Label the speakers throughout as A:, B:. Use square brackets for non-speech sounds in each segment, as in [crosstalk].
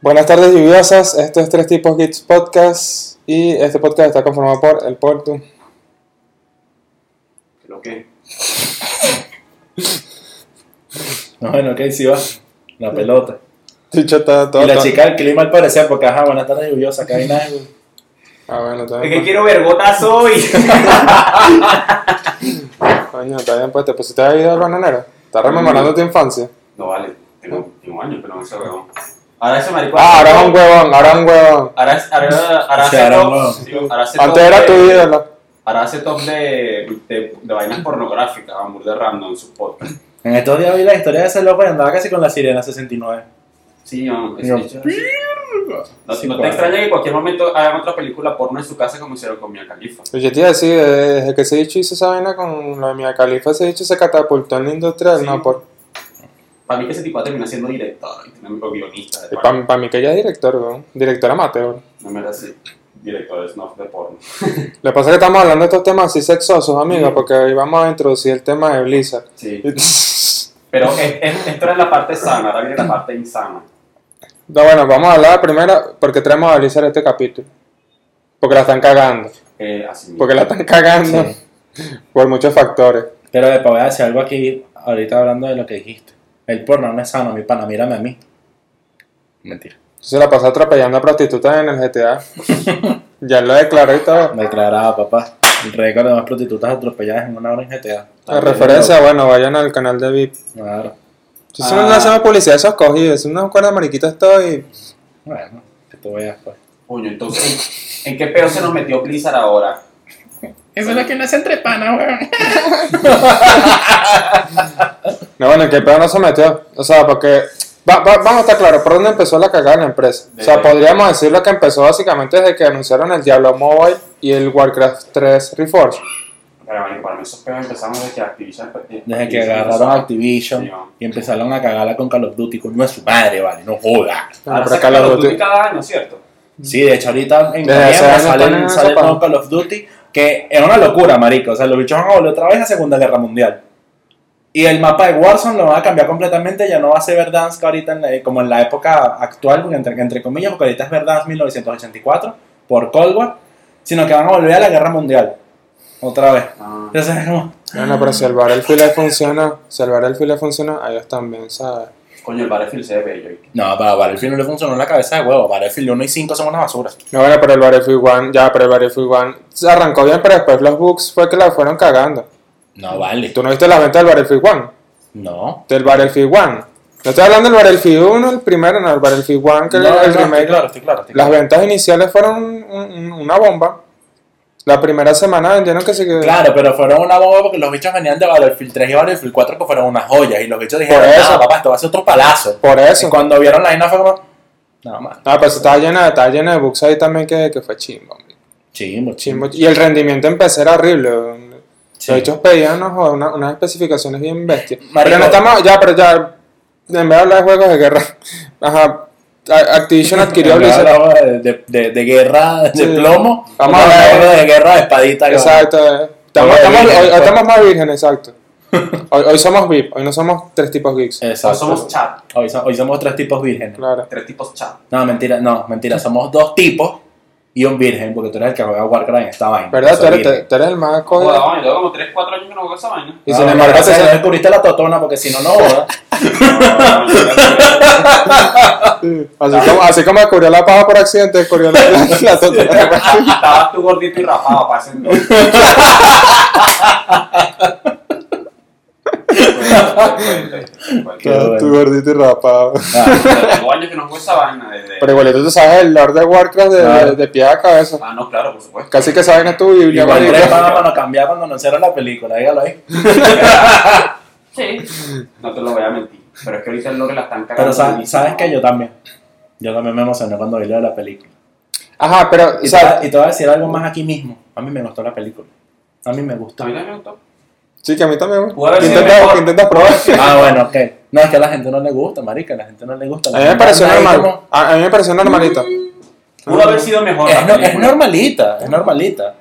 A: Buenas tardes lluviosas, esto es Tres Tipos Geeks Podcast y este podcast está conformado por el Portu,
B: Lo que
C: No, bueno, ok, sí va. La pelota.
A: Dicho está todo.
C: Y la
A: todo-
C: chica del clima al parecer, porque ajá, buenas tardes lluviosa, acá hay nada, güey.
A: Ah, bueno, está
B: Es que
A: bien.
B: quiero ver gotas
A: [laughs]
B: hoy.
A: pues. Coño, está bien, pues te pusiste a ir al bananero. Estás rememorando tu infancia.
B: No vale, tengo, tengo años, pero no sé huevón. Ahora ese marico.
A: Ah, ahora es un huevón, ahora es un huevón.
B: Ahora, es- ahora, ahora
C: O
B: hace
C: sea, ahora
B: top.
C: no.
B: sí, Ahora hace
A: Antes era tu
B: de,
A: ídolo.
B: Ahora hace top de, de, de vainas pornográficas, amor de random, sus podcast.
C: En estos días vi la historia de ese loco y andaba casi con la sirena 69.
B: Sí, no, es
C: Yo-
B: dicho así. No,
C: Sí,
B: no te
C: claro.
B: extraña que en cualquier momento hagan otra película porno en su casa como hicieron con Mia Khalifa.
A: Pues Yo te iba a decir, eh, desde que se dicho hizo esa vaina con la mía califa, ese dicho se catapultó en la industria del
B: Sí.
A: no por.
B: Para mí que ese tipo termina siendo director y tener- o guionista. De
A: Para mí que ella es director, weón. Director amateur.
B: No me así. Director de snuff de porno.
A: Lo que pasa es que estamos hablando de estos temas así sexosos, amigos, porque hoy vamos a introducir el tema de Blizzard.
C: [laughs]
B: Sí. Pero es- es- esto era la parte sana, ahora viene la parte insana.
A: No, bueno, vamos a hablar primero porque traemos a Blizzard este capítulo. Porque la están cagando.
B: Eh, así mismo.
A: Porque la están cagando
C: Sí.
A: por muchos factores.
C: Pero epa, voy a decir algo aquí, ahorita hablando de lo que dijiste. El porno no es sano, mi pana, mírame a mí. Mentira.
A: Se la pasa atropellando a prostitutas en el GTA.
C: [laughs]
A: ya lo declaró y todo.
C: Declarada, papá. El récord de más prostitutas atropelladas en una hora en GTA.
A: La referencia, bueno, vayan al canal de VIP.
C: Claro.
A: Si son no
B: Ah.
A: hacemos publicidad, esos cogidos. Si no acuerdas, mariquitas todo y.
C: Bueno, que tú veas, pues.
B: Coño, entonces, ¿en qué pedo se nos metió Blizzard ahora?
C: Eso es lo que no es entre panas, weón.
A: No, bueno, que el pedo no se metió. O sea, porque. va- va- vamos a estar claros, ¿por dónde empezó la cagada en la empresa? O sea,
B: Desde-
A: podríamos decirlo que empezó básicamente desde que anunciaron el Diablo Mobile y el Warcraft 3 Reforged.
B: Pero, marico, para mí esos pedos empezamos desde que Activision...
C: Desde que agarraron a Activision
B: Sí, no.
C: y empezaron a cagarla con Call of Duty, con no es su madre, vale, no joda.
B: Ahora
A: Pero
B: sacan
A: Call of
B: Call of Duty
A: Duty-
B: cada año, ¿cierto?
C: Sí, de hecho ahorita en
A: Desde
C: noviembre
A: hace años
C: sale,
A: ponen
C: el-
A: esa
C: sale el
A: paja.
C: nuevo Call of Duty, que es una locura, marico. O sea, los bichos van a volver otra vez a Segunda Guerra Mundial. Y el mapa de Warzone lo van a cambiar completamente, ya no va a ser Verdansk ahorita en la- eh, como en la época actual, entre, entre comillas, porque ahorita es Verdansk 1984 por Cold War, sino que van a volver a la Guerra Mundial. Otra vez.
B: Ah,
C: Entonces es como,
A: Bueno, pero si el Battlefield le funciona, si el Battlefield le funciona, a ellos también, ¿sabes?
B: coño, el Battlefield se ve bello. ¿y qué?
C: No, para Battlefield no le funcionó la cabeza de huevo. Battlefield 1 y 5 son una basura.
A: No, bueno, pero el Battlefield 1, ya, pero el Battlefield 1 se arrancó bien, pero después los bugs fue que la fueron cagando.
C: No vale.
A: ¿Tú no viste la venta del Battlefield 1?
C: No.
A: Del Battlefield 1. No estoy hablando del Battlefield 1, el primero, no, el Battlefield 1, que
C: No,
A: era el
C: no,
A: remake.
C: estoy claro, estoy claro. estoy
A: Las
C: claro.
A: ventas iniciales fueron un- un- una bomba. La primera semana vendieron que se quedó.
C: Claro, pero fueron una bomba porque los bichos venían de Battlefield 3 y Battlefield 4 que fueron unas joyas. Y los bichos dijeron,
A: Por eso.
C: no, papá, esto va a ser otro palazo.
A: Por
C: Y
A: eso.
C: cuando vieron la vaina fue como, no, man.
A: Ah, pues estaba llena, estaba llena de bugs ahí también que, que fue chimbo. hombre.
C: Chimbo,
A: Chimbo. Y el rendimiento en PC era horrible. weón.
C: Sí.
A: Los hechos pedían no joder, una- unas especificaciones bien bestias. Pero
C: Marico.
A: no estamos, ya, pero ya, en vez de hablar de juegos de guerra, [laughs] ajá, A- Activision
C: [laughs]
A: adquirió Blizzard.
C: Hablaba de, de, de, de guerra de
A: Sí.
C: plomo.
A: Vamos a ver.
C: hablar de guerra de espadita. y
A: Exacto. eh. Estamos,
C: Juegos de
A: estamos- hoy,
C: virgen,
A: hoy
C: pues.
A: estamos más virgen,
C: [laughs]
A: exacto. Hoy, hoy somos VIP, hoy no somos tres tipos geeks.
C: vaina.
B: Hoy
C: Exacto.
B: somos chat,
C: Hoy so- hoy somos tres tipos vírgenes.
A: Claro.
B: tres tipos chat.
C: No, mentira, no, mentira. Somos dos tipos y un virgen, porque tú eres el que juega Warcraft en esta vaina.
A: ¿Verdad? Tú
C: Soy
A: eres,
C: virgen.
A: tú eres el más coño.
B: Joder, coño, tengo como 3, 4 años que no juego esa
C: [laughs]
B: vaina.
A: Y sin
C: Ah, bueno,
A: embargo,
C: gracias
A: te-
C: a Dios descubriste la totona, porque si no,
A: [laughs]
C: no jodas.
B: No, no, no,
A: Así como, así como descubrió la paja por accidente, descubrió la, [laughs]
C: [laughs]
A: la, la [laughs] total.
B: no, no. Estabas tú gordito y rapado, pasen.
C: Qué bueno.
A: Tú gordito y rapado.
C: Ah,
B: Tengo años que no juego esa vaina desde...
A: Pero igualito tú sabes el Lord de Warcraft de,
C: Claro.
A: de pie a cabeza.
B: Ah, no, claro, por supuesto.
A: Casi que esa vaina es tu Biblia,
C: Igual
A: marico.
C: tres pagas para no cambiar cuando anunciaron la película, dígalo ahí.
B: Sí. No te lo voy a mentir. Pero es que ahorita el lore la están cagando.
C: Pero sabes,
B: durísimo.
C: sabes que yo también. Yo también me emocioné cuando vi lo de la película.
A: Ajá, pero,
C: Y,
A: o
C: te
A: sea,
C: va- y te voy a decir algo más aquí mismo. A mí me gustó la película. A mí me gustó.
B: También me gustó.
A: sí, que a mí también.
B: Pudo
A: güey.
B: haber
A: Que
B: sido
A: intentas,
B: mejor.
A: que intentas probar.
C: Ah, bueno, ok. No, es que a la gente no le gusta, marica. A la gente no le gusta. La
A: A mí me
C: gente
A: pareció
C: anda ahí
A: normal.
C: como-
A: A, a mí me pareció normalito.
B: Pudo haber sido mejor. la
C: Es, no- es
B: película.
C: normalita, es normalita.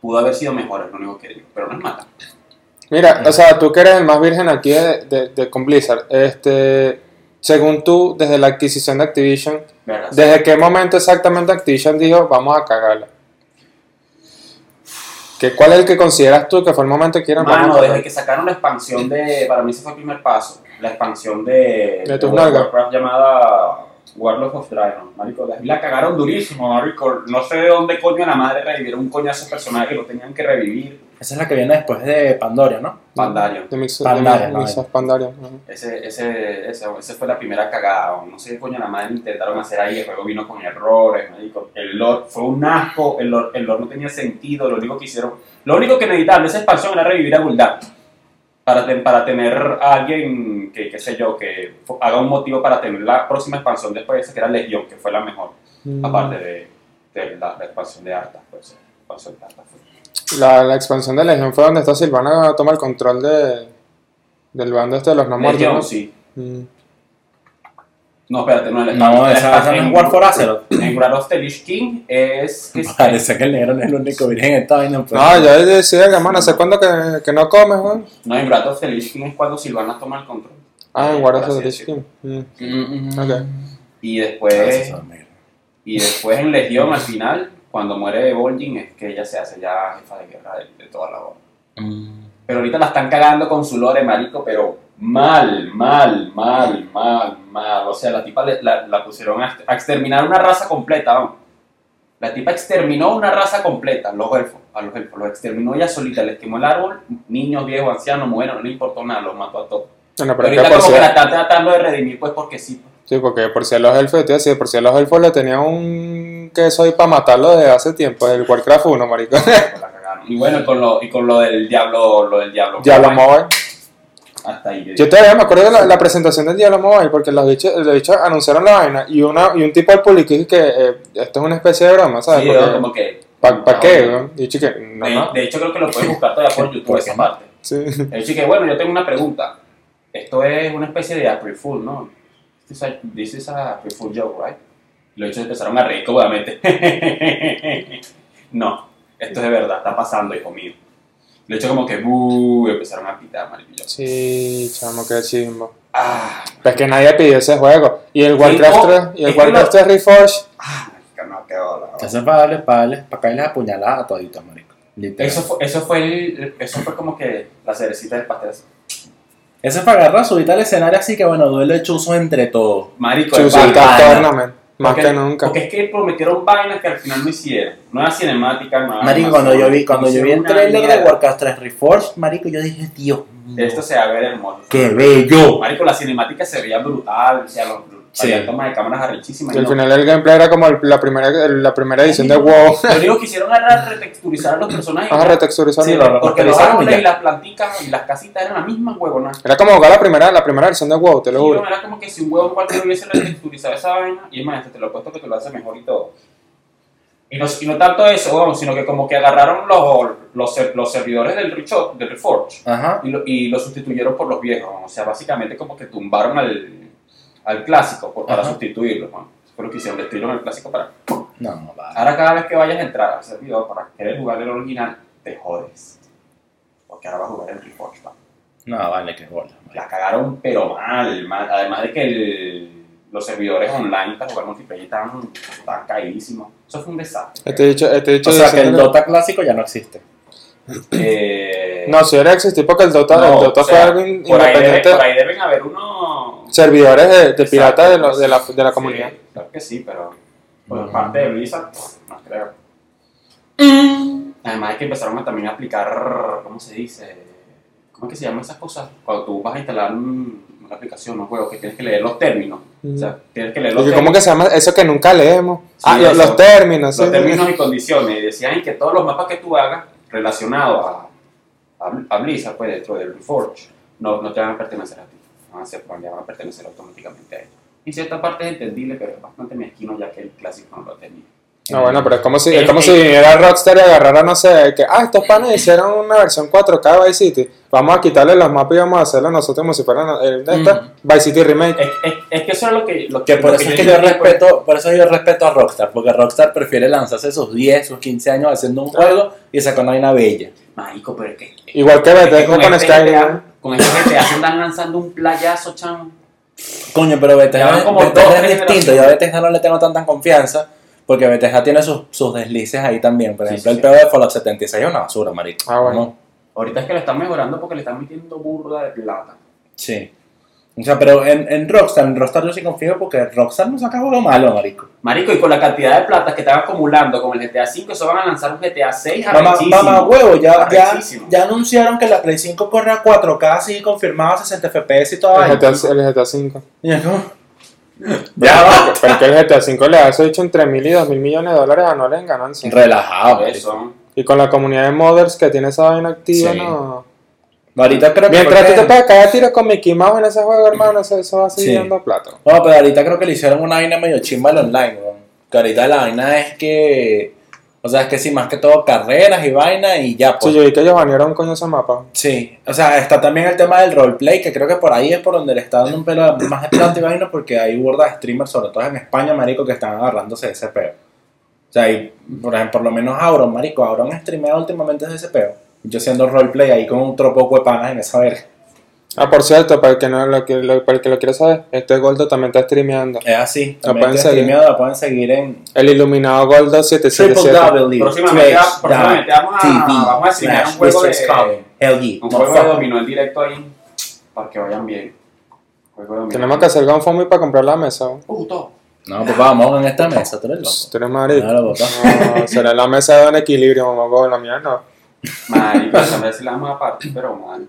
B: Pudo haber sido mejor, es lo único que digo. Pero no es mala.
A: Mira, o sea, tú que eres el más virgen aquí de, de, de con Blizzard, este. O según tú, desde la adquisición de Activision,
B: Verás.
A: ¿desde qué momento exactamente Activision dijo, vamos a cagarla? ¿Que ¿Cuál es el que consideras tú que fue el momento que eran
B: Mano,
A: vamos a
B: Ah, desde
A: cagarla?
B: que sacaron la expansión de. Para mí ese fue el primer paso. La expansión de.
A: De tus
B: World of
A: nalgas.
B: Warcraft llamada Warlock of Dragon. Marico, la- la cagaron durísimo, Marico. No sé de dónde coño la madre revivieron un coñazo de personaje que lo tenían que revivir.
C: Esa es la que viene después de Pandora, ¿no?
B: Pandarion.
A: De Mix- de
C: Pandaria,
A: Mix
C: no,
A: of Pandaria, ajá.
B: Ese, ese, ese, ese fue la primera cagada. weón. No sé qué coño la madre intentaron hacer ahí. El juego vino con errores, marico. El lore fue un asco. El lore, el lore no tenía sentido. Lo único que hicieron. Lo único que necesitaban de esa expansión era revivir a Gul'dan. Para, ten- para tener a alguien que, qué sé yo, que fo- haga un motivo para tener la próxima expansión después de esa, que era Legion, que fue la mejor.
C: Mm.
B: Aparte de, de la, la expansión de Arta. Pues, la expansión de pues. Arta fue-
A: La, la expansión de Legion fue donde está Silvana toma el control de, del bando este de los no muertos.
B: Legion,
A: ¿no?
B: sí.
A: Mm.
B: No, espérate, no. la-
C: No,
B: la-
C: esa, esa no
B: en-
C: es War for Azeroth.
B: En Wrath of the Lich King es... es-
C: Parece que el negro no es el único virgen en esta vaina. pues.
A: No, yo decía que, mano, ¿hace cuándo que, que no comes, weón?
B: No, en Wrath of the Lich King es cuando Silvana toma el control.
A: Ah, en
B: Eh,
A: War of
B: por
A: the
B: así
A: Lich King. Mm.
B: decirlo.
A: Ok.
B: Y
C: Ah, esos
B: después,
C: son negros.
B: y después en Legión, al final, cuando muere Vol'jin, es que ella se hace ya jefa de guerra de, de toda la obra. Pero ahorita la están cagando con su lore, marico, pero mal, mal, mal, mal, mal. O sea, la tipa le- la, la pusieron a, a exterminar una raza completa, vamos. La tipa exterminó una raza completa, los elfos, a los elfos. Los exterminó ella solita, les quemó el árbol, niños, viejos, ancianos, mujeres, no le importó nada, los mató a todos.
A: Bueno, pero
B: Pero
A: es que
B: ahorita
A: por
B: como
A: si,
B: que la están tratando de redimir, pues porque sí. pues.
A: sí, porque por si a los elfos, te iba a decir, por si a los elfos le tenía un queso ahí para matarlo desde hace tiempo, el Warcraft 1, marico. [laughs]
B: Pues la cagaron. Y bueno, y con lo, y con lo del diablo, lo del diablo. pues,
A: Diablo Mobile.
B: Hasta ahí.
A: Yo todavía me acuerdo de la, la presentación del Diablo Mobile, porque los bichos, los bichos anunciaron la vaina y, una, y un tipo al público dijo que eh, esto es una especie de broma, ¿sabes?
B: Sí, ¿no? como que...
A: ¿Para qué? weón? Y yo que, no,
B: De,
A: no.
B: de hecho, creo que lo puedes buscar
A: [laughs]
B: todavía por YouTube
C: Porque
B: esa
C: no.
B: parte.
A: Sí.
B: El chico, bueno, yo tengo una pregunta. Esto es una especie de April Fool, ¿no? This is a, this is a April Fool joke, right? Los hechos empezaron a reír cómodamente. [laughs] no, esto es de verdad, está pasando, hijo mío. Lo hecho como que, "Bú", y empezaron a pitar, maravilloso.
A: Sí, chamo, qué chimbo.
B: Ah,
A: Pues que nadie pidió ese juego. Y el
B: no,
A: Warcraft 3, y
B: oh, es
A: el
B: que
A: Warcraft 3 Reforged.
B: marica, no, qué bola, bola.
C: Eso es para darle, para darle, para caerles apuñalada a toditos, marico. Literal.
B: Eso
C: Eso,
B: fue, eso fue el, eso fue como que la cerecita del pastel. así.
C: es para agarrar, subirte al escenario así que bueno, duelo de chuzo entre todos.
B: Marico, el
A: Choose
B: Valhalla.
A: your Tournament. Más
B: Porque-
A: que nunca.
B: Porque es que prometieron vainas que al final no hicieron. Nueva cinemática, nueva.
C: Marico, cuando
B: animación,
C: yo vi, cuando yo vi el
B: hicieron
C: trailer
B: una
C: de
B: mierda.
C: Warcraft 3 Reforged, marico, yo dije, Dios mío,
B: Esto se va a ver hermoso.
C: qué bello.
B: Marico, la cinemática se veía brutal. O sea, los
C: Sí.
B: había tomas de cámaras arrechísimas.
A: Y
B: y
A: al
B: no.
A: final el gameplay era como el- la, primera, el- la primera edición de WoW.
B: Lo único que hicieron era retexturizar a los personajes.
A: Ajá, retexturizar.
C: Sí, lo-
B: porque los
C: retexturizaron y
B: árboles
C: ya.
B: y las plantitas y las casitas eran las mismas huevonas.
A: Era como jugar la primera, la primera versión de WoW, te lo
B: Y
A: juro.
B: no, era como que si un huevo cualquiera hubiese retexturizado esa vaina, y es más, te lo apuesto que te lo hace mejor y todo. Y no, y no tanto eso, huevón, sino que como que agarraron los, los, ser- los servidores del, Recho- del Reforge
C: Ajá.
B: y lo, y lo sustituyeron por los viejos. huevón. O sea, básicamente como que tumbaron al, al clásico por- para
C: Ajá.
B: sustituirlo. huevón. Eso fue lo que hicieron, destruyeron el clásico para...
C: No, va.
B: Ahora cada vez que vayas a entrar al servidor para querer jugar el original, te jodes. Porque ahora vas a jugar el Reforge, pa.
C: No, vale, qué bola. marico.
B: La cagaron, pero mal, mal. Además de que el- los servidores online para jugar multiplayer estaban, estaban caídísimos. Eso fue un desastre.
A: Este dicho, este dicho
C: O sea que el
A: diciendo-
C: Dota clásico ya no existe.
B: Eh,
A: No, si era existir porque el Dota,
B: no,
A: el Dota
B: o sea,
A: fue algo in-
B: por ahí, debe-
A: independiente.
B: por ahí deben haber unos.
A: servidores de, de
B: Exacto,
A: piratas de,
B: no
A: los- de la,
B: sé.
A: de la
B: Sí,
A: comunidad.
B: claro que sí, pero por
C: Ujú.
B: parte de Blizzard, pff, no creo. Además de que empezaron a también a aplicar, ¿cómo se dice? ¿Cómo es que se llaman esas cosas? Cuando tú vas a instalar un- una aplicación, un juego, que tienes que leer los términos.
A: Mm.
B: O sea, tienes que leer los
A: Porque
B: términos.
A: ¿Cómo que se llama eso que nunca leemos?
B: Sí,
A: ah, los,
B: eso.
A: los términos.
B: los
A: sí.
B: términos y condiciones y decían que todos los mapas que tú hagas relacionados a, a, a Blizzard, pues dentro del Reforge, no, no te van a pertenecer a ti, van a, ser, van a pertenecer automáticamente a ellos. Y cierta parte es entendible, pero es bastante mezquino ya que el clásico no lo tenía.
A: No, Ah, bueno, pero es como si,
B: Eh,
A: es como
B: eh.
A: si viniera Rockstar y agarrara, no sé, que, ah, estos panes hicieron una versión 4K de Vice City. Vamos a quitarle los mapas y vamos a hacerlo nosotros como si fueran eh, de esta,
C: Ujú.
A: Vice City Remake.
B: Es, es- es que eso es lo que... Lo
C: Que por
B: lo
C: eso es que yo
B: entendí, pues.
C: respeto, por eso yo respeto a Rockstar, porque Rockstar prefiere lanzarse sus 10, sus 15 años haciendo un juego y sacar una vaina bella.
B: Marico, pero es que...
C: Eh,
A: Igual que
B: es que
A: Bethesda con
B: este
A: Skyrim.
B: GTA, con este GTA se andan lanzando un playazo, chan.
C: Coño, pero Bethesda,
B: Ya van como
C: Bethesda
B: dos,
C: es
B: tres
C: distinto. Yo a
B: generaciones.
C: Bethesda no le tengo tanta confianza. Porque Bethesda tiene sus, sus deslices ahí también. Por
B: Sí,
C: ejemplo,
B: sí,
C: el pedo de Fallout 76 es una basura, marico.
A: Ah, bueno.
B: Ahorita es que lo están mejorando porque le están metiendo burda de plata.
C: Sí. O sea, pero en, en Rockstar, en Rockstar yo sí confío porque Rockstar no saca juego malo, marico.
B: Marico, y con la cantidad de plata que están acumulando con el GTA V, eso van a lanzar un GTA 6
C: Mamá, mamá huevo, ya, ya,
B: Arrechísimo.
C: ya anunciaron que la Play 5 corre a 4K así confirmado a 60 FPS y todo.
A: El GTA, el GTA 5.
C: Y es como,
A: Ya va. Pero que el GTA 5 le ha eso dicho entre mil y dos mil millones de dólares anuales en ganancias.
C: Relajado, marico.
B: Eso.
A: Y con la comunidad de modders que tiene esa vaina activa,
C: Sí.
A: no.
C: Ahorita creo que
A: Mientras tú
C: porque-
A: te pegas cada tiro con Mickey Mouse en ese juego, hermano, eso, eso va a seguir
C: Sí.
A: dando plata.
C: No, pero ahorita creo que le hicieron una vaina medio chimba al online, weón. Que ahorita la vaina es que. O sea, es que sí, más que todo carreras y vaina y ya,
A: Sí,
C: pues.
A: yo vi que ellos banearon coño ese mapa.
C: Sí, o sea, está también el tema del roleplay, que creo que por ahí es por donde le está dando un pelo de- más de plata y vaina, porque hay burdas streamers, sobre todo en España, marico, que están agarrándose de ese peo. O sea, y, por ejemplo, por lo menos Auron, marico, Auron streameado últimamente de ese peo. Yo siendo roleplay ahí con un tropo de panas en esa verga.
A: Ah, por cierto, para el que, no, lo, que- lo- para el que lo quiere saber, este Goldo también está streameando.
C: Es así,
A: La
C: también
A: pueden
C: está
A: seguir.
C: streameado, la pueden seguir en
A: El iluminado Goldo 777.
C: www.
B: Próximamente, próximamente vamos a- vamos a streamear un juego de-
C: LG.
B: Un juego de dominó en directo ahí, para que vayan bien. Juego de dominó. Uh,
A: Tenemos que hacer GoFundMe para comprar la mesa. ¿no?
B: Puto.
C: No, papá, vamos en esta mesa, tú eres loco.
A: Tú eres marido.
C: No, lo botó.
A: No, será la mesa de un equilibrio, mamá, huevo, la mía no.
B: Marico, esa vez sí la vamos a partir, pero mal.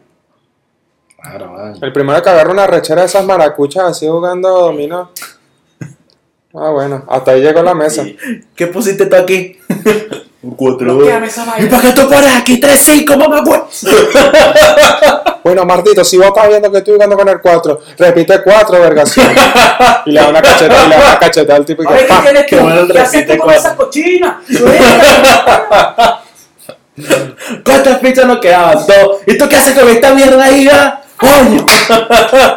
C: Claro, vale.
A: El primero que agarra una rechera de esas maracuchas así jugando dominó. Ah, bueno, hasta ahí llegó la mesa.
B: Sí.
C: ¿Qué pusiste tú aquí? Un [laughs] cuatro.
B: Bloqueame esa
C: ¿Y
B: vaina.
C: para qué tú pones aquí 3-5, mamá, güey?
A: Bueno, Martito, si vos estás viendo que estoy jugando con el 4, repite 4, vergación. y le da una cachetada, y le da una cachetada al tipo y
B: Ay,
A: que ¡pam!
B: tienes
C: qué bueno el repite cuatro. [laughs]
B: cochina?
C: ¿Cuántas fichas nos quedaban? Dos. ¿Y tú qué haces con esta mierda ahí, ya? ¡Coño!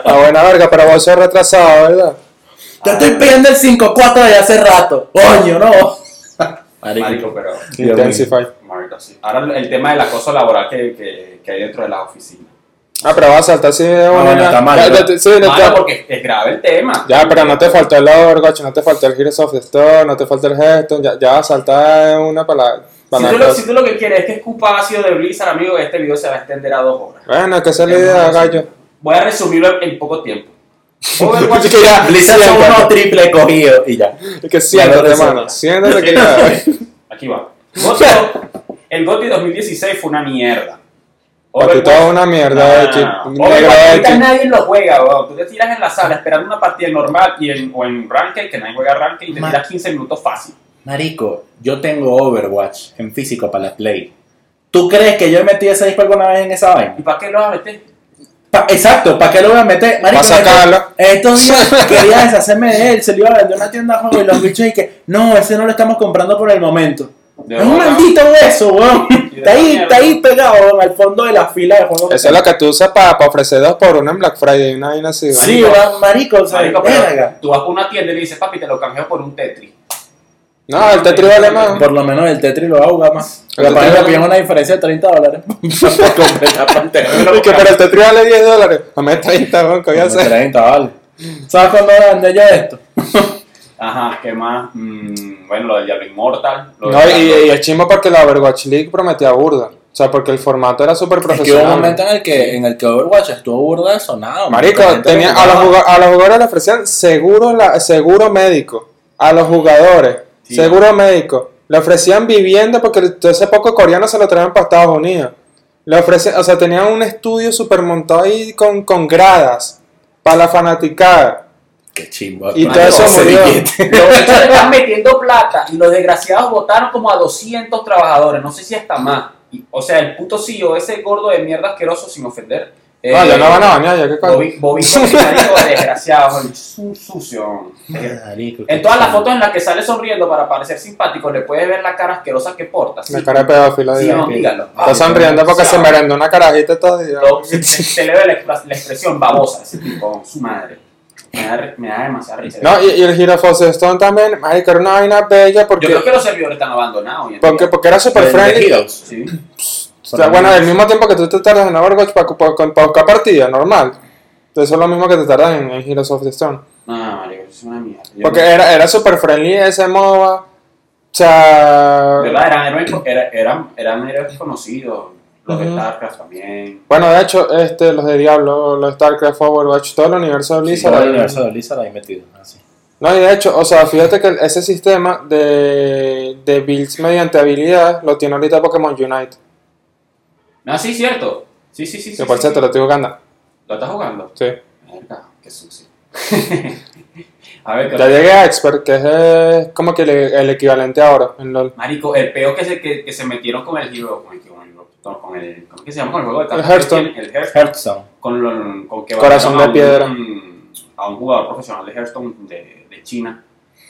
A: Ah, buena verga, pero vos sos retrasado, ¿verdad?
C: Te estoy pidiendo el 5-4 de hace rato. ¡Coño, no!
B: Marico, pero.
C: Dios mío.
A: Intensify.
B: Marico, sí. Ahora el tema del acoso laboral que, que, que hay dentro de las oficinas.
A: Ah, pero vas a saltar así de
C: bueno,
A: una.
C: está mal,
A: Ya,
C: ¿verdad?
A: ya, sí, no
B: Mano,
A: está-
B: porque es grave el tema.
A: Ya, pero no te faltó el Overwatch, no te faltó el Heroes of the Storm, no te faltó el Hearthstone, ya, ya saltar una para la...
B: Si
A: Para
B: tú,
A: la
B: lo, si tú lo que quieres es que escupa ácido de Blizzard, amigo, este video se va a extender a dos horas.
A: Bueno, que esa es la idea, gallo.
B: Voy a resumirlo en poco tiempo.
A: Es que [laughs] ya,
C: Blizzard son
A: siéntate.
C: unos triple cogidos y ya.
A: Es que siéntate,
C: resumo.
A: hermano, siéntate
C: [laughs]
A: que ya...
B: Aquí va. Gotti- el GOTY 2016 fue una mierda.
A: Para ti
B: Overwatch-
A: todo es una mierda de chip.
B: Ah,
A: negro
B: Overwatch,
A: de
B: ahorita
A: chip.
B: nadie lo juega, weón. Tú te tiras en la sala esperando una partida normal y en, o en Ranked, que nadie juega Ranked, y te
C: Ma-
B: tiras 15 minutos fácil.
C: Marico, yo tengo Overwatch en físico para la Play. ¿Tú crees que yo metí ese disco alguna vez en esa vaina?
B: ¿Y para qué lo vas a meter?
C: Pa- Exacto, ¿para qué lo voy a meter? Marico,
A: Pa' sacarlo.
C: en Estos
A: [laughs]
C: días quería deshacerme de él, se lo iba a vender a una tienda de juegos y los bichos y que no, ese no lo estamos comprando por el momento.
B: De
C: es un
B: verdad.
C: maldito eso, weón.
B: de
C: [laughs] Está ahí,
B: mierda.
C: está ahí pegado weón, al fondo de la fila de juegos.
A: Eso es lo que tú usas para ofrecer dos por uno en Black Friday, una vaina así. ¿vale?
C: Sí, weón, marico, o sea,
B: Marico, pero
C: verga.
B: tú vas a una tienda y le dices, papi, te lo canjeo por un Tetris.
A: No, el Tetris vale más.
C: Por lo menos el Tetris lo va a jugar más.
A: El
C: Lo que pasa es que
A: Tetris-
C: me pidieron una diferencia de 30
A: [laughs]
C: dólares. Compré la [laughs] pantalla.
A: [laughs] Y que pero el Tetris vale 10 dólares. A mí 30, weón, que voy a
C: Como
A: hacer.
C: 30, vale. ¿Sabes cuándo vendé yo
A: [laughs]
C: esto?
B: Ajá, ¿qué más? Mm, bueno, lo del Diablo Immortal. Lo
A: No,
B: del
A: y,
B: Diablo-
A: y es chimbo porque la Overwatch League prometía burda. O sea, porque el formato era súper
C: Es que hubo un
A: profesional.
C: momento en el que, en el que Overwatch estuvo burda de sonado.
A: Marico,
C: mucha gente
A: tenía,
C: lo
A: a, los
C: jugaba.
A: juga- a los jugadores le ofrecían seguro, la- seguro médico. A los jugadores,
B: Sí.
A: seguro médico. Le ofrecían vivienda porque el- todo ese poco coreano se lo traían para Estados Unidos. Le ofrecían, o sea, tenían un estudio super montado ahí con, con gradas para la fanaticada.
C: Qué chimbo.
A: Y
C: hermano,
A: todo eso
C: ese
A: murió. [laughs]
C: billete.
B: Los bichos le están metiendo plata y los desgraciados votaron como a 200 trabajadores, no sé si hasta más. Y- o sea, el puto CEO, ese gordo de mierda asqueroso, sin ofender. eh,
A: no, ya no van a bañar, ya que cuando.
B: Bobby, Bobby Cochina, digo, desgraciado, el su- sucio.
C: Eh, Marico, qué
B: En todas las
C: chimbo.
B: fotos en las que sale sonriendo para parecer simpático, le puedes ver la cara asquerosa que porta. ¿sí?
A: La cara de pedófilo,
B: Sí,
A: digo.
B: no, dígalo.
A: Está sonriendo porque se merendó una carajita todo
B: Lo- se, se- se le ve la, expla- la expresión babosa ese tipo, su madre. Me da, re- me da demasiada risa.
A: No, y, y el Girafos Stone también, marico, era una vaina bella
B: Yo creo
A: porque,
B: que los servidores están abandonados. hoy en
A: porque,
B: día.
A: porque era super
C: Del
A: friendly.
C: Heroes.
B: Sí.
A: O sea, bueno, al mismo tiempo que tú te tardas en Overwatch para buscar partida, normal. Entonces eso es lo mismo que te tardas en, en Heroes of the Storm.
B: No, no, marico, eso es una mierda. Yo
A: Porque
B: no-
A: era, era super friendly ese MOBA. O sea.
B: ¿Verdad? Eran héroes, era- eran, eran héroes conocidos. Los de
A: Ujú.
B: Starcraft también.
A: Bueno, de hecho, este, los de Diablo, los de StarCraft, Overwatch, todo el universo de Blizzard.
C: Todo el universo de Blizzard ahí metido. Así.
A: No, y de hecho, o sea, fíjate que ese sistema de, de builds mediante habilidad lo tiene ahorita Pokémon Unite.
B: Ah, sí, cierto. Sí, sí, sí. sí,
A: Que por
B: sí.
A: cierto, lo estoy jugando.
B: ¿Lo estás jugando?
A: Sí.
B: Mierda, qué sucio. [laughs] a ver, ¿qué
A: Ya llegué a Expert, que es eh, como que el, el equivalente ahora en LOL.
B: Marico, el peo que se, que, que se metieron con el Hero, con el, con el, con el- ¿cómo es que se llama? Con el juego de cartas.
A: El Hearthstone.
B: El Hearthstone,
C: Hearthstone.
B: Con, lo- con que
A: Corazón
B: bajaron
A: de
B: a un- a un jugador profesional de Hearthstone de, de China.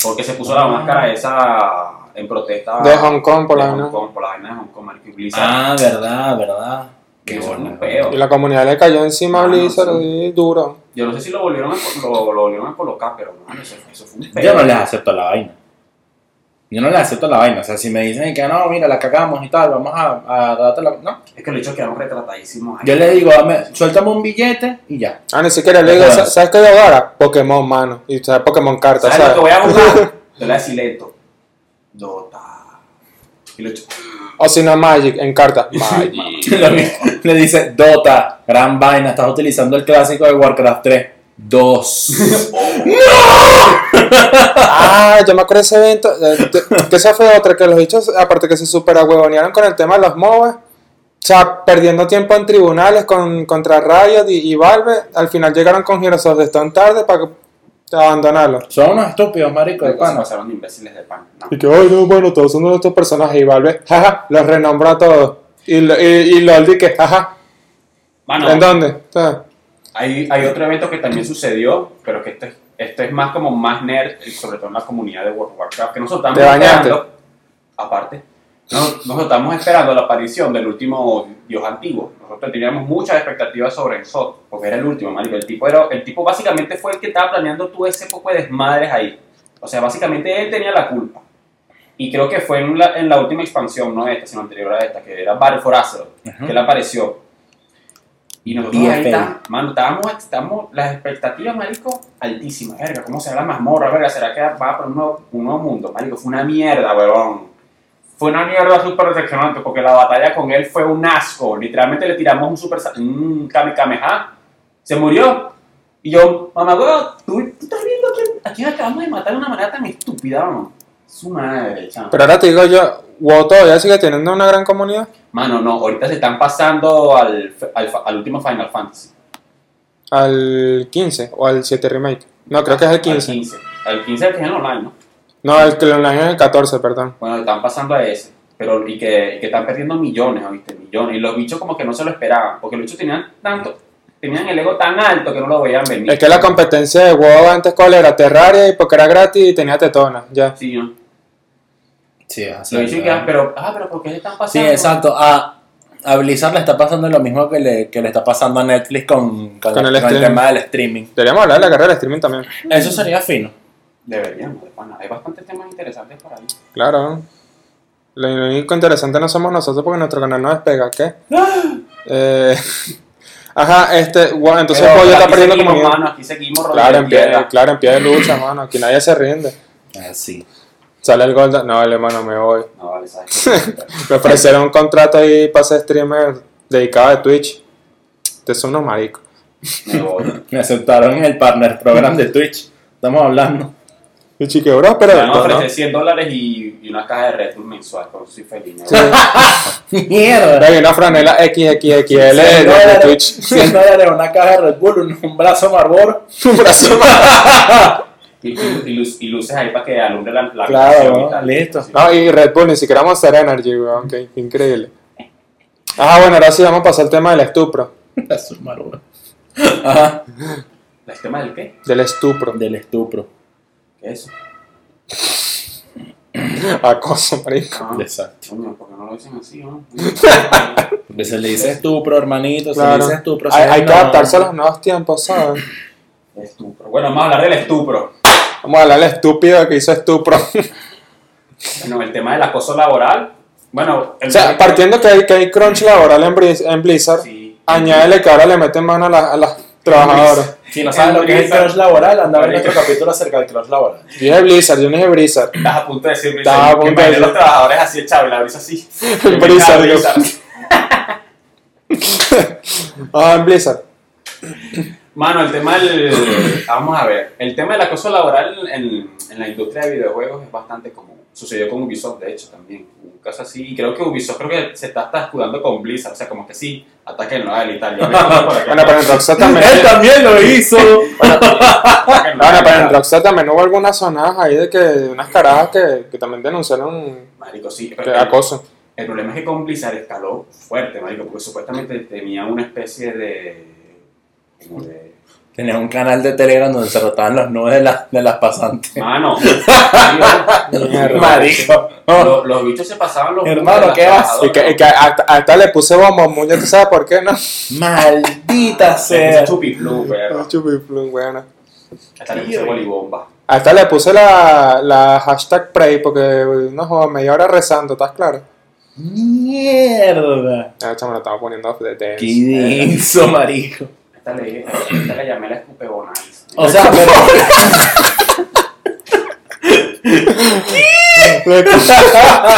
B: Porque se puso
C: Ah.
B: la máscara esa en protesta.
A: De Hong Kong, por
B: de
A: la
B: Hong
A: menos.
B: Kong, por la vaina de Hong Kong, marico, y Blizzard.
C: Ah, verdad, verdad.
B: Que eso es un
C: bueno.
B: peo.
A: Y la comunidad le cayó encima a
B: Ah, no,
A: Blizzard
B: sí.
A: y duro.
B: Yo no sé si lo volvieron a, co- lo, lo volvieron a colocar, pero mano, eso, eso fue un peo.
C: Yo no les acepto la vaina. Yo no les acepto la vaina. O sea, si me dicen que no, mira, la cagamos y tal, vamos a, a darte la. No.
B: Es que los hechos quedaron retratadísimos. ahí.
C: Yo les digo, dame, suéltame un billete y ya.
A: Ah, ni siquiera le digo,
C: Ajá.
A: "Sa- ¿sabes qué yo hago ahora? Pokémon, mano. Y o sea, Pokémon carta,
B: ¿Sabes lo
A: ¿sabes?
B: que voy a jugar? Te la decir lento. Dota. Y lo he hecho.
A: O si no, Magic, en
B: [laughs]
A: carta. Magic.
C: [laughs] Lo mismo. le dice, Dota, gran vaina, estás utilizando el clásico de Warcraft 3.
B: [laughs]
C: 2.
A: Ah, yo me acuerdo de ese evento. eh, te- que esa fue otra, que los bichos, aparte que se super huevonearon con el tema de los MOBAs. O sea, perdiendo tiempo en tribunales con, contra Riot y, y Valve, al final llegaron con Heroes of the Stone tarde para abandonarlo.
C: Son unos estúpidos, marico, de
B: Se
C: pana.
B: pasaron de imbéciles de pan. No.
A: Y que, ay, no, bueno, todos son de estos personajes y Valve, jaja, los renombró a todos. Y, lo- y, y LOL di que, jaja, ¿en
B: Mano,
A: dónde? O sea,
B: hay, hay otro evento que también sucedió, pero que esto es, esto es más como más nerd, y sobre todo en la comunidad de World of Warcraft, que nosotros
A: Te
B: estamos
A: bañaste.
B: esperando. Aparte, no- nosotros estamos esperando la aparición del último dios antiguo. Nosotros teníamos muchas expectativas sobre el Sot, porque era el último, marico. El tipo, era, el tipo básicamente fue el que estaba planeando todo ese poco de desmadres ahí. O sea, básicamente él tenía la culpa. Y creo que fue en la, en la última expansión, no esta, sino anterior a esta, que era Battle for Azeroth,
C: Ajá.
B: que él apareció. Y nosotros
C: BFA.
B: ahí está, mano, estábamos, estábamos- las expectativas, marico, altísimas. Verga, ¿cómo será la mazmorra? Verga, ¿será que va para un nuevo, un nuevo mundo? Marico, fue una mierda, huevón. Fue una mierda súper decepcionante porque la batalla con él fue un asco. Literalmente le tiramos un super... sa- Un kamikameha. Se murió. Y yo, mamá, huevón, ¿tú, tú estás viendo a quién, a quién acabamos de matar de una manera tan estúpida, mano? Su madre, chamo.
A: pero ahora te digo yo, WoW todavía sigue teniendo una gran comunidad.
B: Mano, no, ahorita se están pasando al, al, al último Final Fantasy.
A: Al 15 o al 7 remake. No, creo que es el 15.
B: Al 15. Al 15 es el online, ¿no?
A: No, el que lo online es el 14, perdón.
B: Bueno, están pasando a ese. Pero, y que, y que están perdiendo millones, ¿oíste? Millones. Y los bichos como que no se lo esperaban. Porque los bichos tenían tanto, tenían el ego tan alto que no lo veían venir.
A: Es que la competencia de WoW antes cuál era Terraria y porque era gratis y tenía tetona, ya.
B: Sí, ¿no?
C: Sí, es así,
B: Los bichos
C: ¿verdad?
B: quedan, pero, ah, pero ¿por qué se están
C: Sí,
B: pasando?
C: exacto. A, a Blizzard le está pasando lo mismo que le, que le está pasando a Netflix con, con,
A: Con el
C: con el,
A: streaming.
C: tema del streaming.
A: Deberíamos hablar de la carrera de streaming también.
C: Eso
B: Mm.
C: sería fino.
B: Deberíamos, de pues, pana. Hay bastantes temas interesantes por ahí.
A: Claro. Lo único interesante no somos nosotros porque nuestro canal no despega,
B: [gasps]
A: ¿qué? Eh, [laughs] ajá, este, wow, entonces
B: Pero
A: Pollo está
B: aquí
A: perdiendo
B: seguimos,
A: comunidad.
B: mano, aquí seguimos
A: Claro,
B: rodando
A: en pie,
B: tierra.
A: claro, en pie de lucha, mano. Aquí nadie se rinde.
B: Ah,
C: Así.
A: Sale el gol. de- No, vale, mano, me voy.
B: No, vale, sabes qué?
A: Me ofrecieron un contrato ahí para ser streamer dedicado a Twitch. Te son unos maricos. [laughs]
B: Me voy.
C: Me aceptaron en el partner program
B: Mm.
C: de Twitch. Estamos hablando. [laughs]
A: Y chique, bro, pero.
B: Me van
A: no,
B: a
A: no.
B: ofrecer 100 dólares y, y una caja de Red Bull mensual. Por eso soy feliz. ¿no?
A: Sí.
C: ¡Mierda!
A: Hay una franela XXXL de, de Twitch.
C: 100 dólares, una caja de Red Bull, un, un brazo Marlboro. [laughs]
A: Un [laughs] brazo más.
B: Y, y- y lu- y luces ahí para que alumbre la, la
C: Claro,
B: habitación
C: ¿no? Listo.
B: Sí.
A: No, y Red Bull, ni siquiera Monster Energy, weón. que increíble. Ah, bueno, ahora sí vamos a pasar al tema del estupro.
C: Un brazo Marlboro. Ajá.
B: ¿El tema del qué?
A: Del estupro.
C: Del estupro.
B: ¿Qué es eso?
A: Acoso, marico.
B: Ah,
C: Exacto.
B: coño, ¿por qué no lo dicen así, no?
C: Se le dice estupro, hermanito. Se le
A: Claro.
C: dice estupro. se
A: Hay,
C: le
A: hay que
C: dice-
A: adaptarse a los nuevos tiempos, ¿sabes?
B: [laughs] Estupro. Bueno, vamos a hablar del estupro.
A: Vamos a hablar al estúpido que hizo estupro. [laughs]
B: Bueno, el tema del acoso laboral. Bueno, el
A: O sea, partiendo que hay, que hay crunch laboral en, Blizz- en Blizzard,
B: Sí.
A: añádele que ahora le meten mano a, la- a las Trabajadores.
B: Si no
C: ¿Saben
B: sabes
C: lo que es el crush laboral? Andaba en
B: Marico.
C: otro capítulo acerca del crush laboral.
A: Yo dije Blizzard, yo no dije Blizzard.
B: Estás a punto de decir Blizzard.
A: Estaba a
B: Que
A: punto de
B: imaginen
A: decir-
B: los trabajadores así echados, la
A: [laughs]
B: brisa así.
A: Blizzard,
B: Me encanta
A: yo- Ah, en Blizzard.
B: Mano, el tema del. ah, Vamos a ver. El tema del acoso laboral en, en la industria de videojuegos es bastante común. Sucedió con Ubisoft, de hecho, también. Un caso así. Y creo que Ubisoft creo que se está hasta escudando con Blizzard. O sea, como que sí, ataquenlo a él y tal. Yo me pongo por acá.
A: Bueno, pero en Rockstar también.
C: Él también lo hizo.
B: Atáquenlo a
A: Bueno,
B: él y
A: pero
B: tal.
A: en Rockstar también hubo algunas sonadas ahí de que de unas carajas que, que también denunciaron
B: Marico, sí.
A: que
B: Pero el,
A: acoso.
B: el problema es que con Blizzard escaló fuerte, Marico, porque supuestamente tenía una especie de. Como de
C: Tenía un canal de Telegram donde se rotaban los nubes de, la- de las pasantes.
B: Mano,
A: Ah, Mierda. Ah.
C: Marico.
B: los, los bichos se pasaban los
C: Hermano,
B: de las
C: ¿qué haces?
A: Y que, y que hasta, hasta le puse bombo, ya tú sabes por qué, ¿no?
C: Maldita sea.
B: Es Chupi Blue, perro.
A: Chupiplum, bueno.
B: Hasta le puse bolibomba.
A: Hasta le puse la, la hashtag pray porque no jodas, media hora rezando, ¿estás claro?
C: Mierda.
A: Ah, chamo, lo estamos poniendo off the dance.
C: Qué denso, marico.
B: Hasta le, hasta le llamé la escupebona.
C: O sea, pero.
A: [laughs]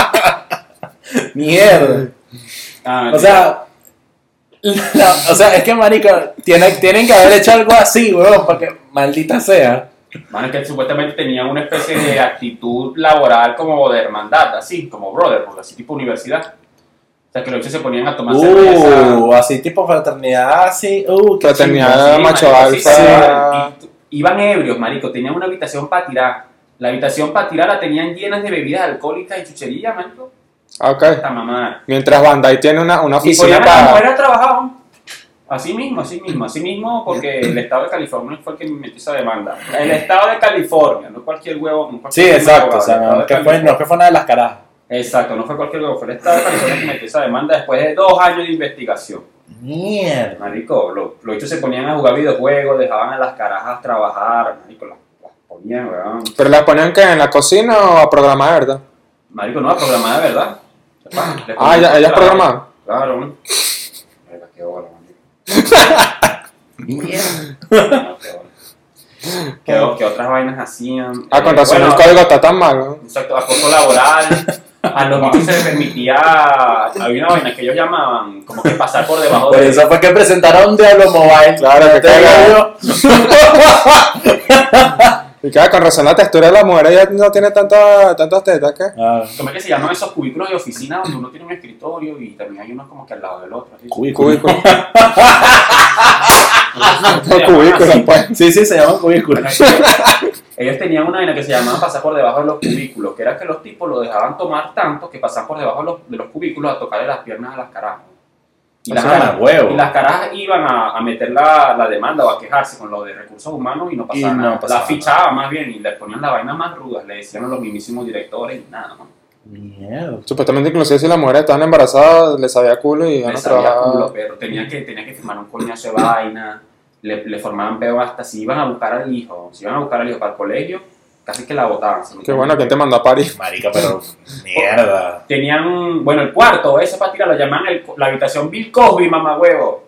C: Mierda.
B: Ah,
C: O sea. [laughs] la- o sea, es que, marico, tiene- tienen que haber hecho algo así, weón, porque maldita sea.
B: mano, es que supuestamente tenía una especie de actitud laboral como de hermandad, así, como brother, porque así tipo universidad. O sea, que los bichos se ponían a tomar cerveza.
C: Uh, así tipo fraternidad, así. Uh, qué
A: Fraternidad.
C: chimba.
A: Ah, macho
B: marico, sí,
A: alfa.
B: sí. Y- Iban ebrios, marico, tenían una habitación para tirar. La habitación para tirar la tenían llenas de bebidas alcohólicas y chuchería, marico.
A: [laughs] Ok.
B: Esta mamá.
A: Mientras Bandai tiene una, una
B: Y
A: oficina
B: ponían a las
A: para.
B: mujeres a trabajar. ¿no? Así mismo, así mismo, así mismo, porque el Estado de California fue el que me metió esa demanda. El Estado de California, no cualquier huevo. No
C: Sí,
B: cualquier
C: exacto.
B: huevo,
C: O sea,
B: el Estado
C: no,
B: de
C: que fue,
B: California.
C: no que fue una de las carajas.
B: Exacto, no fue cualquier huevo, fue el Estado de California que metió esa demanda después de dos años de investigación.
C: Mierda.
B: Marico, lo- los hechos se ponían a jugar videojuegos, dejaban a las carajas trabajar, marico, las, las ponían, weón.
A: Pero las ponían que en la cocina o a programar, ¿verdad?
B: Marico, no, a programar de verdad. Les
A: Ah,
B: ponían
A: ella, ella es
B: claro,
A: programada.
B: Claro, [laughs] ¿no? Verga, qué bola, marico.
C: Mierda.
B: No, qué bueno. [laughs] ¿Qué, o- qué otras vainas hacían?
A: Ah, con
B: Eh,
A: razón
B: bueno,
A: el código está tan malo.
B: Exacto, acoso laboral. A los bichos se les permitía. Había una vaina que ellos llamaban como que pasar por debajo
C: Por
B: de.
C: Pues eso fue que presentaron Diablo Mobile.
A: Claro, que
C: Te digo
A: caga.
C: yo.
A: Y que ah, con razón la textura de la mujer ya no tiene tanta, tantas tetas, ¿qué?
C: Ah,
B: ¿Cómo es que se llaman esos cubículos de oficina donde uno tiene un escritorio y también hay uno como que al lado del otro? así?
C: cubículo.
A: Cubículo.
B: Se llamaban
A: Cubículo,
B: así.
A: pues.
C: ah, Sí, sí, se llama cubículo. [laughs]
B: Bueno, ellos- Ellos tenían una vaina que se llamaba pasar por debajo de los cubículos, que era que los tipos lo dejaban tomar tanto que pasaban por debajo de los, de los cubículos a tocarle las piernas a las carajas. Y
C: Eso
B: las,
C: era
B: carajas,
C: huevo.
B: y las carajas iban a, a meter la, la demanda o a quejarse con lo de recursos humanos y no pasaba
C: Y no
B: nada.
C: pasaba
B: las fichaban más bien y les ponían la vaina más ruda, le decían a los mismísimos directores y nada más.
C: Mierda.
A: [laughs] Supuestamente, inclusive si las mujeres estaban embarazadas, les sabía culo y ya
B: Le
A: no
B: salía
A: trabajaba.
B: culo, pero tenía que, tenía que firmar un coñazo de vaina, le, le formaban peo hasta si iban a buscar al hijo, si iban a buscar al hijo para el colegio, casi que la botaban. se
A: Qué
B: metían
A: bueno, ¿quién te mandó a París? [laughs]
C: Marica, pero. Mierda.
B: tenían, bueno, el cuarto, esa patria lo llamaban el- la habitación Bill Cosby, mamá huevo.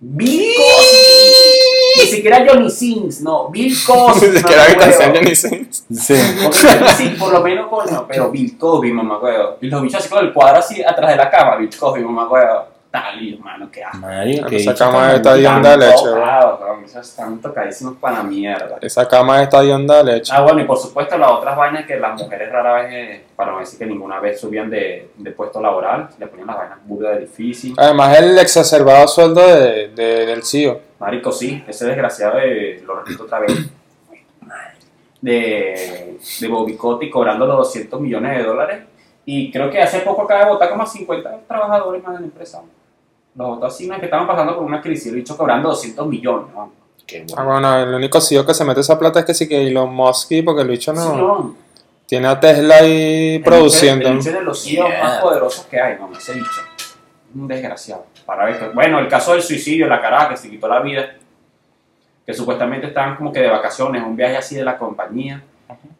B: Bill Cosby. Ni siquiera Johnny Sins, no,
A: [laughs]
B: Bill Cosby.
A: Ni siquiera
B: mamá
A: habitación
B: Ah, huevo.
A: ni Sims.
C: Sí.
B: Porque Johnny Sins, por lo menos, coño, pero Bill Cosby, mamá huevo. Y los bichos así con el cuadro así atrás de la cama, Bill Cosby, mamá huevo. Tal, hermano, qué asco.
C: Marico,
A: Esa cama está
B: Y
A: ahí onda de leche, weón.
B: Esos están tocadísimos para la mierda.
A: Esa cama está ahí onda de leche.
B: Ah, bueno, y por supuesto las otras vainas que las mujeres rara vez, eh, para no decir que ninguna vez subían de, de puesto laboral, le ponían las vainas burda de difícil.
A: Además, el exacerbado sueldo de, de- del CEO.
B: Marico, sí, ese desgraciado de, lo repito otra vez, de, de Bobicotti cobrando los 200 millones de dólares. Y creo que hace poco acaba de votar como a 50 trabajadores más de la empresa. Los votó así, no es que estaban pasando por una crisis, el bicho cobrando 200 millones. ¿no?
C: Qué
A: Ah, bueno, el único CEO que se mete esa plata es que sí que Elon Musk, y porque el bicho no.
B: Sí, no.
A: Tiene a Tesla ahí produciendo.
B: El bicho es de los CEOs más
C: Yeah.
B: poderosos que hay, mamá, ese bicho. Un desgraciado. Para ver que- bueno, el caso del suicidio, la caraja que se quitó la vida, que supuestamente estaban como que de vacaciones, un viaje así de la compañía,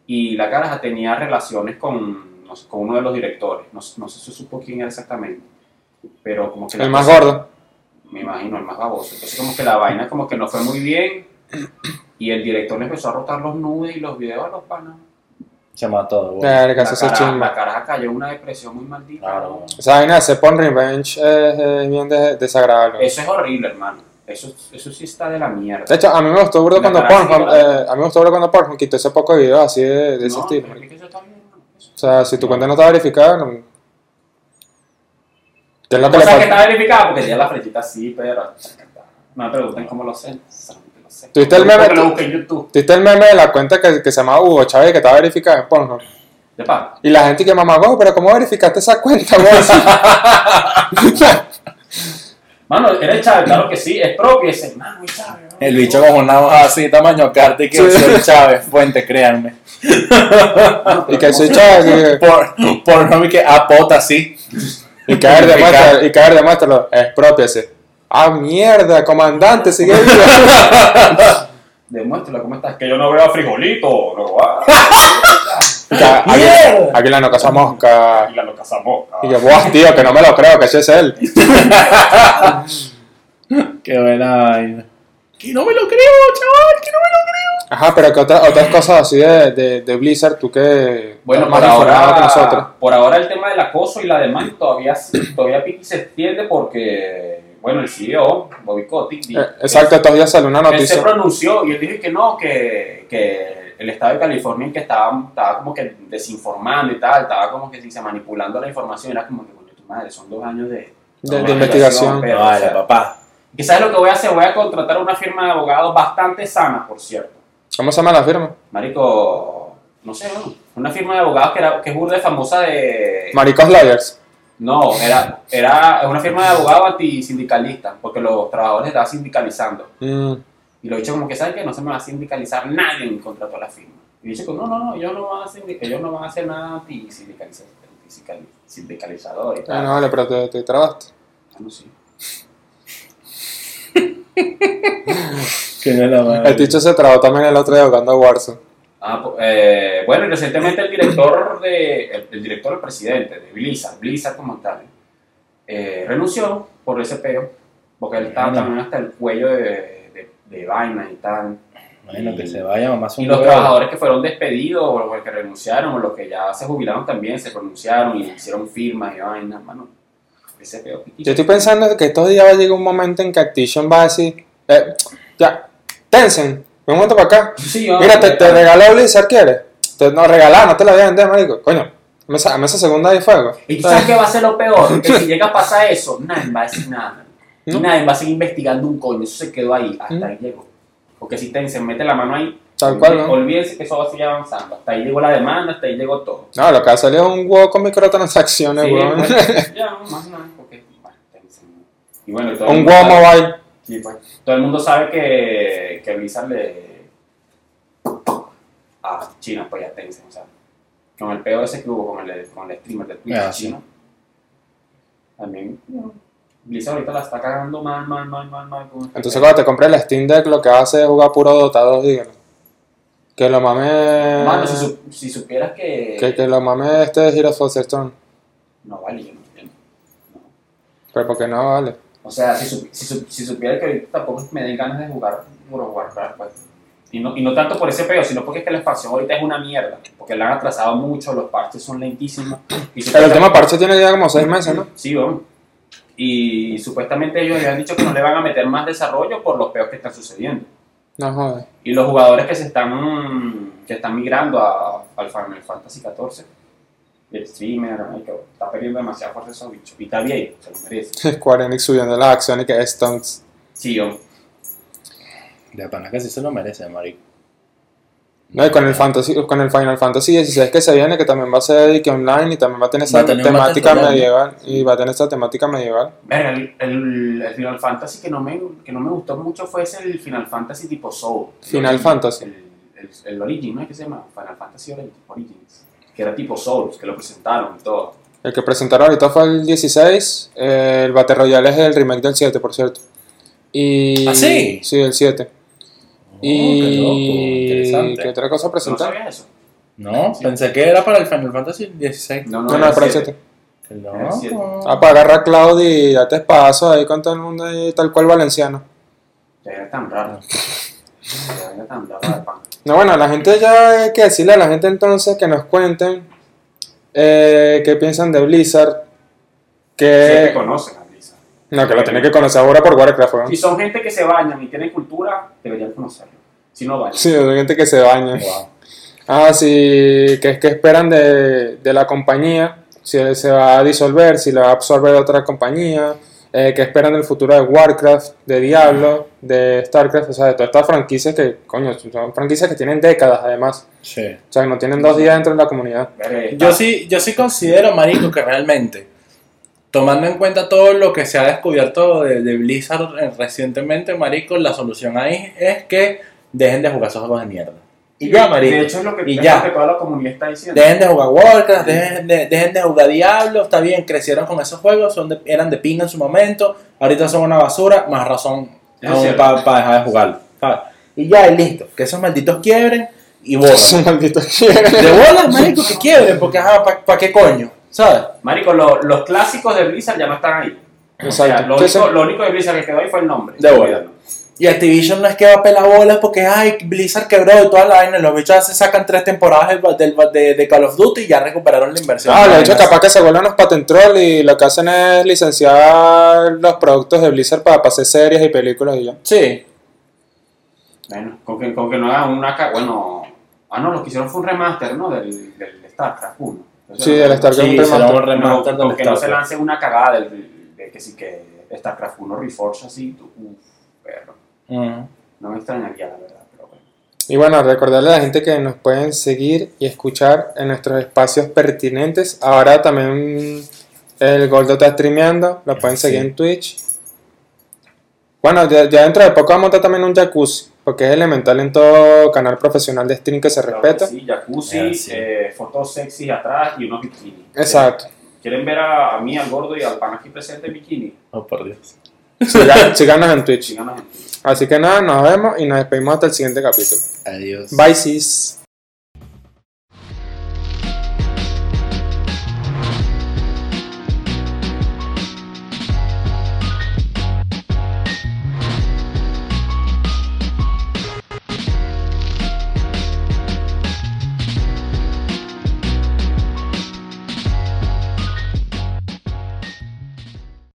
B: y la caraja tenía relaciones con, no sé, con uno de los directores, no, sé- no sé si supo quién era exactamente, pero como que... la
A: el más
B: cosa-
A: gordo.
B: me imagino, el más baboso. Entonces como que la vaina como que no fue muy bien y el director le empezó a rotar los nudes y los videos a los panas.
C: Se mató, güey.
A: Verga,
B: La
A: eso es
B: cara-
A: chimba.
B: la caraja cayó en una depresión muy maldita.
C: Claro.
A: Esa vaina de Sepon Revenge es, es bien de- desagradable.
B: Eso es horrible, hermano. Eso, eso sí está de la mierda.
A: De hecho, a mí me gustó burdo
B: Me
A: cuando
B: parece
A: Pornhub,
B: igual.
A: eh, a mí me gustó burdo cuando Pornhub quitó ese poco de videos así de, de ese
B: No,
A: estilo.
B: pero es que eso está bien, hermano. Eso.
A: O sea, si tu cuenta no está verificada, no... ¿Qué es lo que
B: O
A: le
B: sea, que
A: pasa?
B: está verificada porque ya la flechita sí, pero. No me pregunten cómo lo sé. Solamente lo sé.
A: ¿Tuviste el meme?
B: Porque lo busqué en YouTube.
A: ¿Viste el meme de la cuenta que, que se llamaba Hugo Chávez que estaba verificada en Pornhub?
B: De pago.
A: Y la gente que mamá, "Wow, pero ¿cómo verificaste esa cuenta, güey?"
B: Mano, era el Chávez, claro que sí. Es propio ese. Mano, es Chávez. ¿no?
C: [laughs] El bicho con una hoja así, tamaño carta y que
A: Sí.
C: soy Chávez Fuente, créanme.
B: Mano, pero
A: [laughs] y que
B: ¿cómo
A: soy
B: se-
A: Chávez
C: Por, por no vi que apota así.
A: y, y caer demuéstralo, y caer demuéstralo, expropiase. Ah, mierda, comandante, sigue vivo.
B: [laughs] Demuéstrala cómo estás. Que yo no veo a frijolito. No, ah,
A: Y que Águila- Águila no caza mosca.
B: y la loca zamoca.
A: Y yo, wow, tío, que no me lo creo, que ese es él.
C: Qué buena vaina. Que no me lo creo, chaval, que no me lo creo.
A: Ajá, pero que otra- otras cosas así de, de, de Blizzard, tú que
B: Bueno,
A: estás
B: por
A: más informado que nosotros.
B: ahora, por ahora el tema del acoso y la demanda todavía, todavía Piki se extiende porque, bueno, el CEO, Bobby Kotick, di-
A: Eh, exacto, estos días salió una
B: él se
A: noticia.
B: pronunció y él dijo que no, que, que el estado de California que estaba, estaba como que desinformando y tal, estaba como que sí, se manipulando la información, era como que, coño, tu madre, son dos años de,
A: De-
B: no,
A: de investigación.
B: pero, o
C: Vale,
B: sea,
C: papá.
B: ¿y sabes lo que voy a hacer? Voy a contratar una firma de abogados bastante sana, por cierto.
A: ¿Cómo se llama la firma?
B: Marico, no sé, ¿no? una firma de abogados que, era, que es burda de famosa de...
A: Maricos Lawyers.
B: No, era, era una firma de abogados antisindicalistas, porque los trabajadores estaban sindicalizando.
A: Mm,
B: Y lo dicho como que saben que no se me va a sindicalizar nadie en contra de toda la firma. Y dice como, no, no, no, ellos no van a, sindic- ellos no van a hacer nada anti-sindicaliza- anti-sindicali- sindicalizador y
A: ah,
B: tal.
A: no, vale, pero te, te trabaste.
B: Ah, no, sí.
C: Que no la madre.
A: El ticho se trabó también el otro día jugando a Warzone.
B: Ah, po- eh, bueno, y recientemente el director de, el, el director, el presidente de Blizzard, Blizzard como tal, eh, renunció por ese peo, porque él estaba
C: Bueno.
B: también hasta el cuello de, de, de vaina y tal.
C: Bueno, que se vaya, mamá. es un
B: Y los
C: huevo.
B: trabajadores que fueron despedidos, o los que renunciaron, o los que ya se jubilaron también, se pronunciaron y hicieron firmas y vainas, mano. Ese peor
A: Yo estoy pensando que estos días va a llegar un momento en que Activision va a decir, eh, ya, Tencent, ven un momento para acá. Mira, te, te regaló Blizzard, ¿quieres? Te, no, regalá, no te la voy a vender, marico. Coño, dame esa, dame esa segunda de fuego.
B: ¿Y tú sabes qué va a ser lo
A: [laughs]
B: peor? Que si llega a pasar eso, nadie va a decir nada.
A: ¿No?
B: Nadie va a seguir investigando un coño. Eso se quedó ahí, hasta
A: ¿Mm?
B: ahí llegó. Porque si te, se mete la mano ahí,
A: Tal cual, ¿no?
B: olvídense que eso va a seguir avanzando. Hasta ahí llegó la demanda, hasta ahí llegó todo.
A: No, lo que ha salido es un huevo con microtransacciones,
B: Sí,
A: weón.
B: bueno, ya, no, más nada, porque, bueno, Tencent, ¿no? Y bueno, y todo el
A: un
B: mundo
A: huevo
B: sabe-
A: mobile.
B: Sí, pues. Todo el mundo sabe que, que Blizzard le. a China, pues ya Tencent, o sea. Con el peo ese que hubo con el, con el streamer de Twitch
C: Ah,
B: chino. También. no, Blizzard ahorita la está cagando mal, mal, mal, mal, mal. con este
A: Entonces
B: peo.
A: cuando te compré el Steam Deck lo que hace es jugar puro Dota 2, díganlo. Que lo mame...
B: Mano, si, su- si supieras que.
A: que, que lo mame este Hero of the Storm.
B: No vale, yo no entiendo. No.
A: Pero porque no, vale.
B: O sea, si, sup- si, sup- si supiera que ahorita tampoco me den ganas de jugar World of Warcraft, pues. Y no, y no tanto por ese peo, sino porque es que la expansión ahorita es una mierda. Porque la han atrasado mucho, los parches son lentísimos. Y
A: El
B: supuestamente-
A: último parche tiene ya como 6 meses, ¿no?
B: Sí, vamos. Y supuestamente ellos habían dicho que no le van a meter más desarrollo por los peos que están sucediendo.
A: No joder.
B: Y los jugadores que se están, que están migrando a, al Final Fantasy XIV, el streamer, ay, que está perdiendo demasiada fuerza esos bichos. Y está bien, se lo merece.
A: [laughs] Square Enix subiendo las acciones que es Stunts.
B: Sí, vamos.
C: De pana que sí se lo merece, marico.
A: No, y con el, fantasy, con el Final Fantasy XVI que se viene, que también va a ser y que online y también va a tener esa
C: Va a tener una
A: temática
C: temporada, ¿no?
A: medieval. Y va a tener esa temática medieval.
B: Verga, el, el- el Final Fantasy que no, me, que no me gustó mucho fue ese el Final Fantasy tipo Soul.
A: Final
B: El-
A: Fantasy.
B: El, el, el Origin, ¿no es que se llama? Final Fantasy Origin- Origins. Que era tipo Souls, que lo presentaron y todo.
A: El que presentaron ahorita fue el 16. eh, el Battle Royale es el remake del 7, por cierto. Y,
C: ¿Ah, sí?
A: Sí, el 7.
C: Oh, qué loco,
A: y
C: interesante.
A: qué otra cosa
B: ¿No
A: presentaron?
B: sabías eso?
C: No,
B: Sí.
C: pensé que era para el Final Fantasy XVI.
A: No, no, para el 7.
C: Qué
B: Es cierto.
C: loco.
A: Ah, para agarrar a Claudio y date paso ahí con todo el mundo ahí, tal cual valenciano.
B: Ya era tan raro. Ya era tan
A: [laughs]
B: raro de pan.
A: No, bueno, a la gente ya hay que decirle a la gente entonces que nos cuenten eh, qué piensan de Blizzard.
B: Sí,
A: Que.
B: que conocen a Blizzard.
A: no, que lo tienen que conocer ahora por Warcraft. ¿no?
B: Si son gente que se bañan y tienen cultura, deberían conocerlo. Si no bañan.
A: Sí, hay gente que se baña.
C: Wow.
A: Ah, sí, que, que esperan de, de la compañía, si se va a disolver, si la va a absorber otra compañía, eh, que esperan del futuro de Warcraft, de Diablo, de StarCraft, o sea, de todas estas franquicias que, coño, son franquicias que tienen décadas además,
C: Sí.
A: o sea, que no tienen dos días dentro de la comunidad.
C: Yo sí, yo sí considero, marico, que realmente, tomando en cuenta todo lo que se ha descubierto de, de Blizzard eh, recientemente, marico, la solución ahí es que dejen de jugar esos juegos de mierda. Y ya, marico.
B: De hecho, es lo que,
C: y
B: es
C: ya.
B: lo que toda la comunidad está diciendo.
C: Dejen de jugar Warcraft, dejen de, dejen de jugar Diablo, está bien, crecieron con esos juegos, son de- eran de pinga en su momento, ahorita son una basura, más razón
B: Es cierto.
C: para dejar de jugarlo. ¿sabes? Y ya, y listo, que esos malditos quiebren
A: [laughs]
C: y borren.
A: Son malditos quiebres.
C: De bolas, marico, que quiebren, porque ajá, ¿para qué coño? ¿Sabes?
B: Marico, lo- los clásicos de Blizzard ya no están ahí. O sea,
A: Exacto.
B: lo,
A: Entonces-
B: único, lo único de Blizzard que quedó ahí fue el nombre.
C: De bola. Y Activision no es que va a pelar bolas porque, ay, Blizzard quebró y toda la vaina. Los bichos se sacan tres temporadas del, del- de, de Call of Duty y ya recuperaron la inversión.
A: Ah, de hecho,
C: Vainas.
A: capaz que se vuelvan los patent troll y lo que hacen es licenciar los productos de Blizzard para para hacer series y películas y ya.
C: Sí.
B: Bueno, con que, con que no hagan una. ca- Bueno. Ah, no, lo que hicieron fue un remaster, ¿no? Del, del StarCraft 1. Entonces,
A: Sí,
B: no-
A: del StarCraft
C: Sí,
A: remaster.
C: será un
B: no,
C: remaster
B: con
C: donde
B: que no
C: está.
B: se lance una cagada del, de que sí que StarCraft 1 Reforge así. tú- Uf, perro.
C: Ujú.
B: No me extrañaría, la verdad, pero bueno.
A: Y bueno, recordarle a la gente que nos pueden seguir y escuchar en nuestros espacios pertinentes. Ahora también el Gordo está streameando, lo pueden seguir
C: Sí.
A: en Twitch. Bueno, ya, ya dentro de poco vamos a montar también un jacuzzi, porque es elemental en todo canal profesional de stream que se
B: Claro
A: respeta.
B: que sí, jacuzzi,
C: Ah, sí.
B: eh, fotos sexy atrás y unos bikinis.
A: Exacto.
B: ¿Quieren ver a, a mí, al gordo y al pan aquí presente en bikini?
C: Oh, por Dios.
A: Sigan- síganos en Twitch.
B: Síganos en
A: Así que nada, nos vemos y nos despedimos hasta el siguiente capítulo.
C: Adiós.
A: Bye, sis.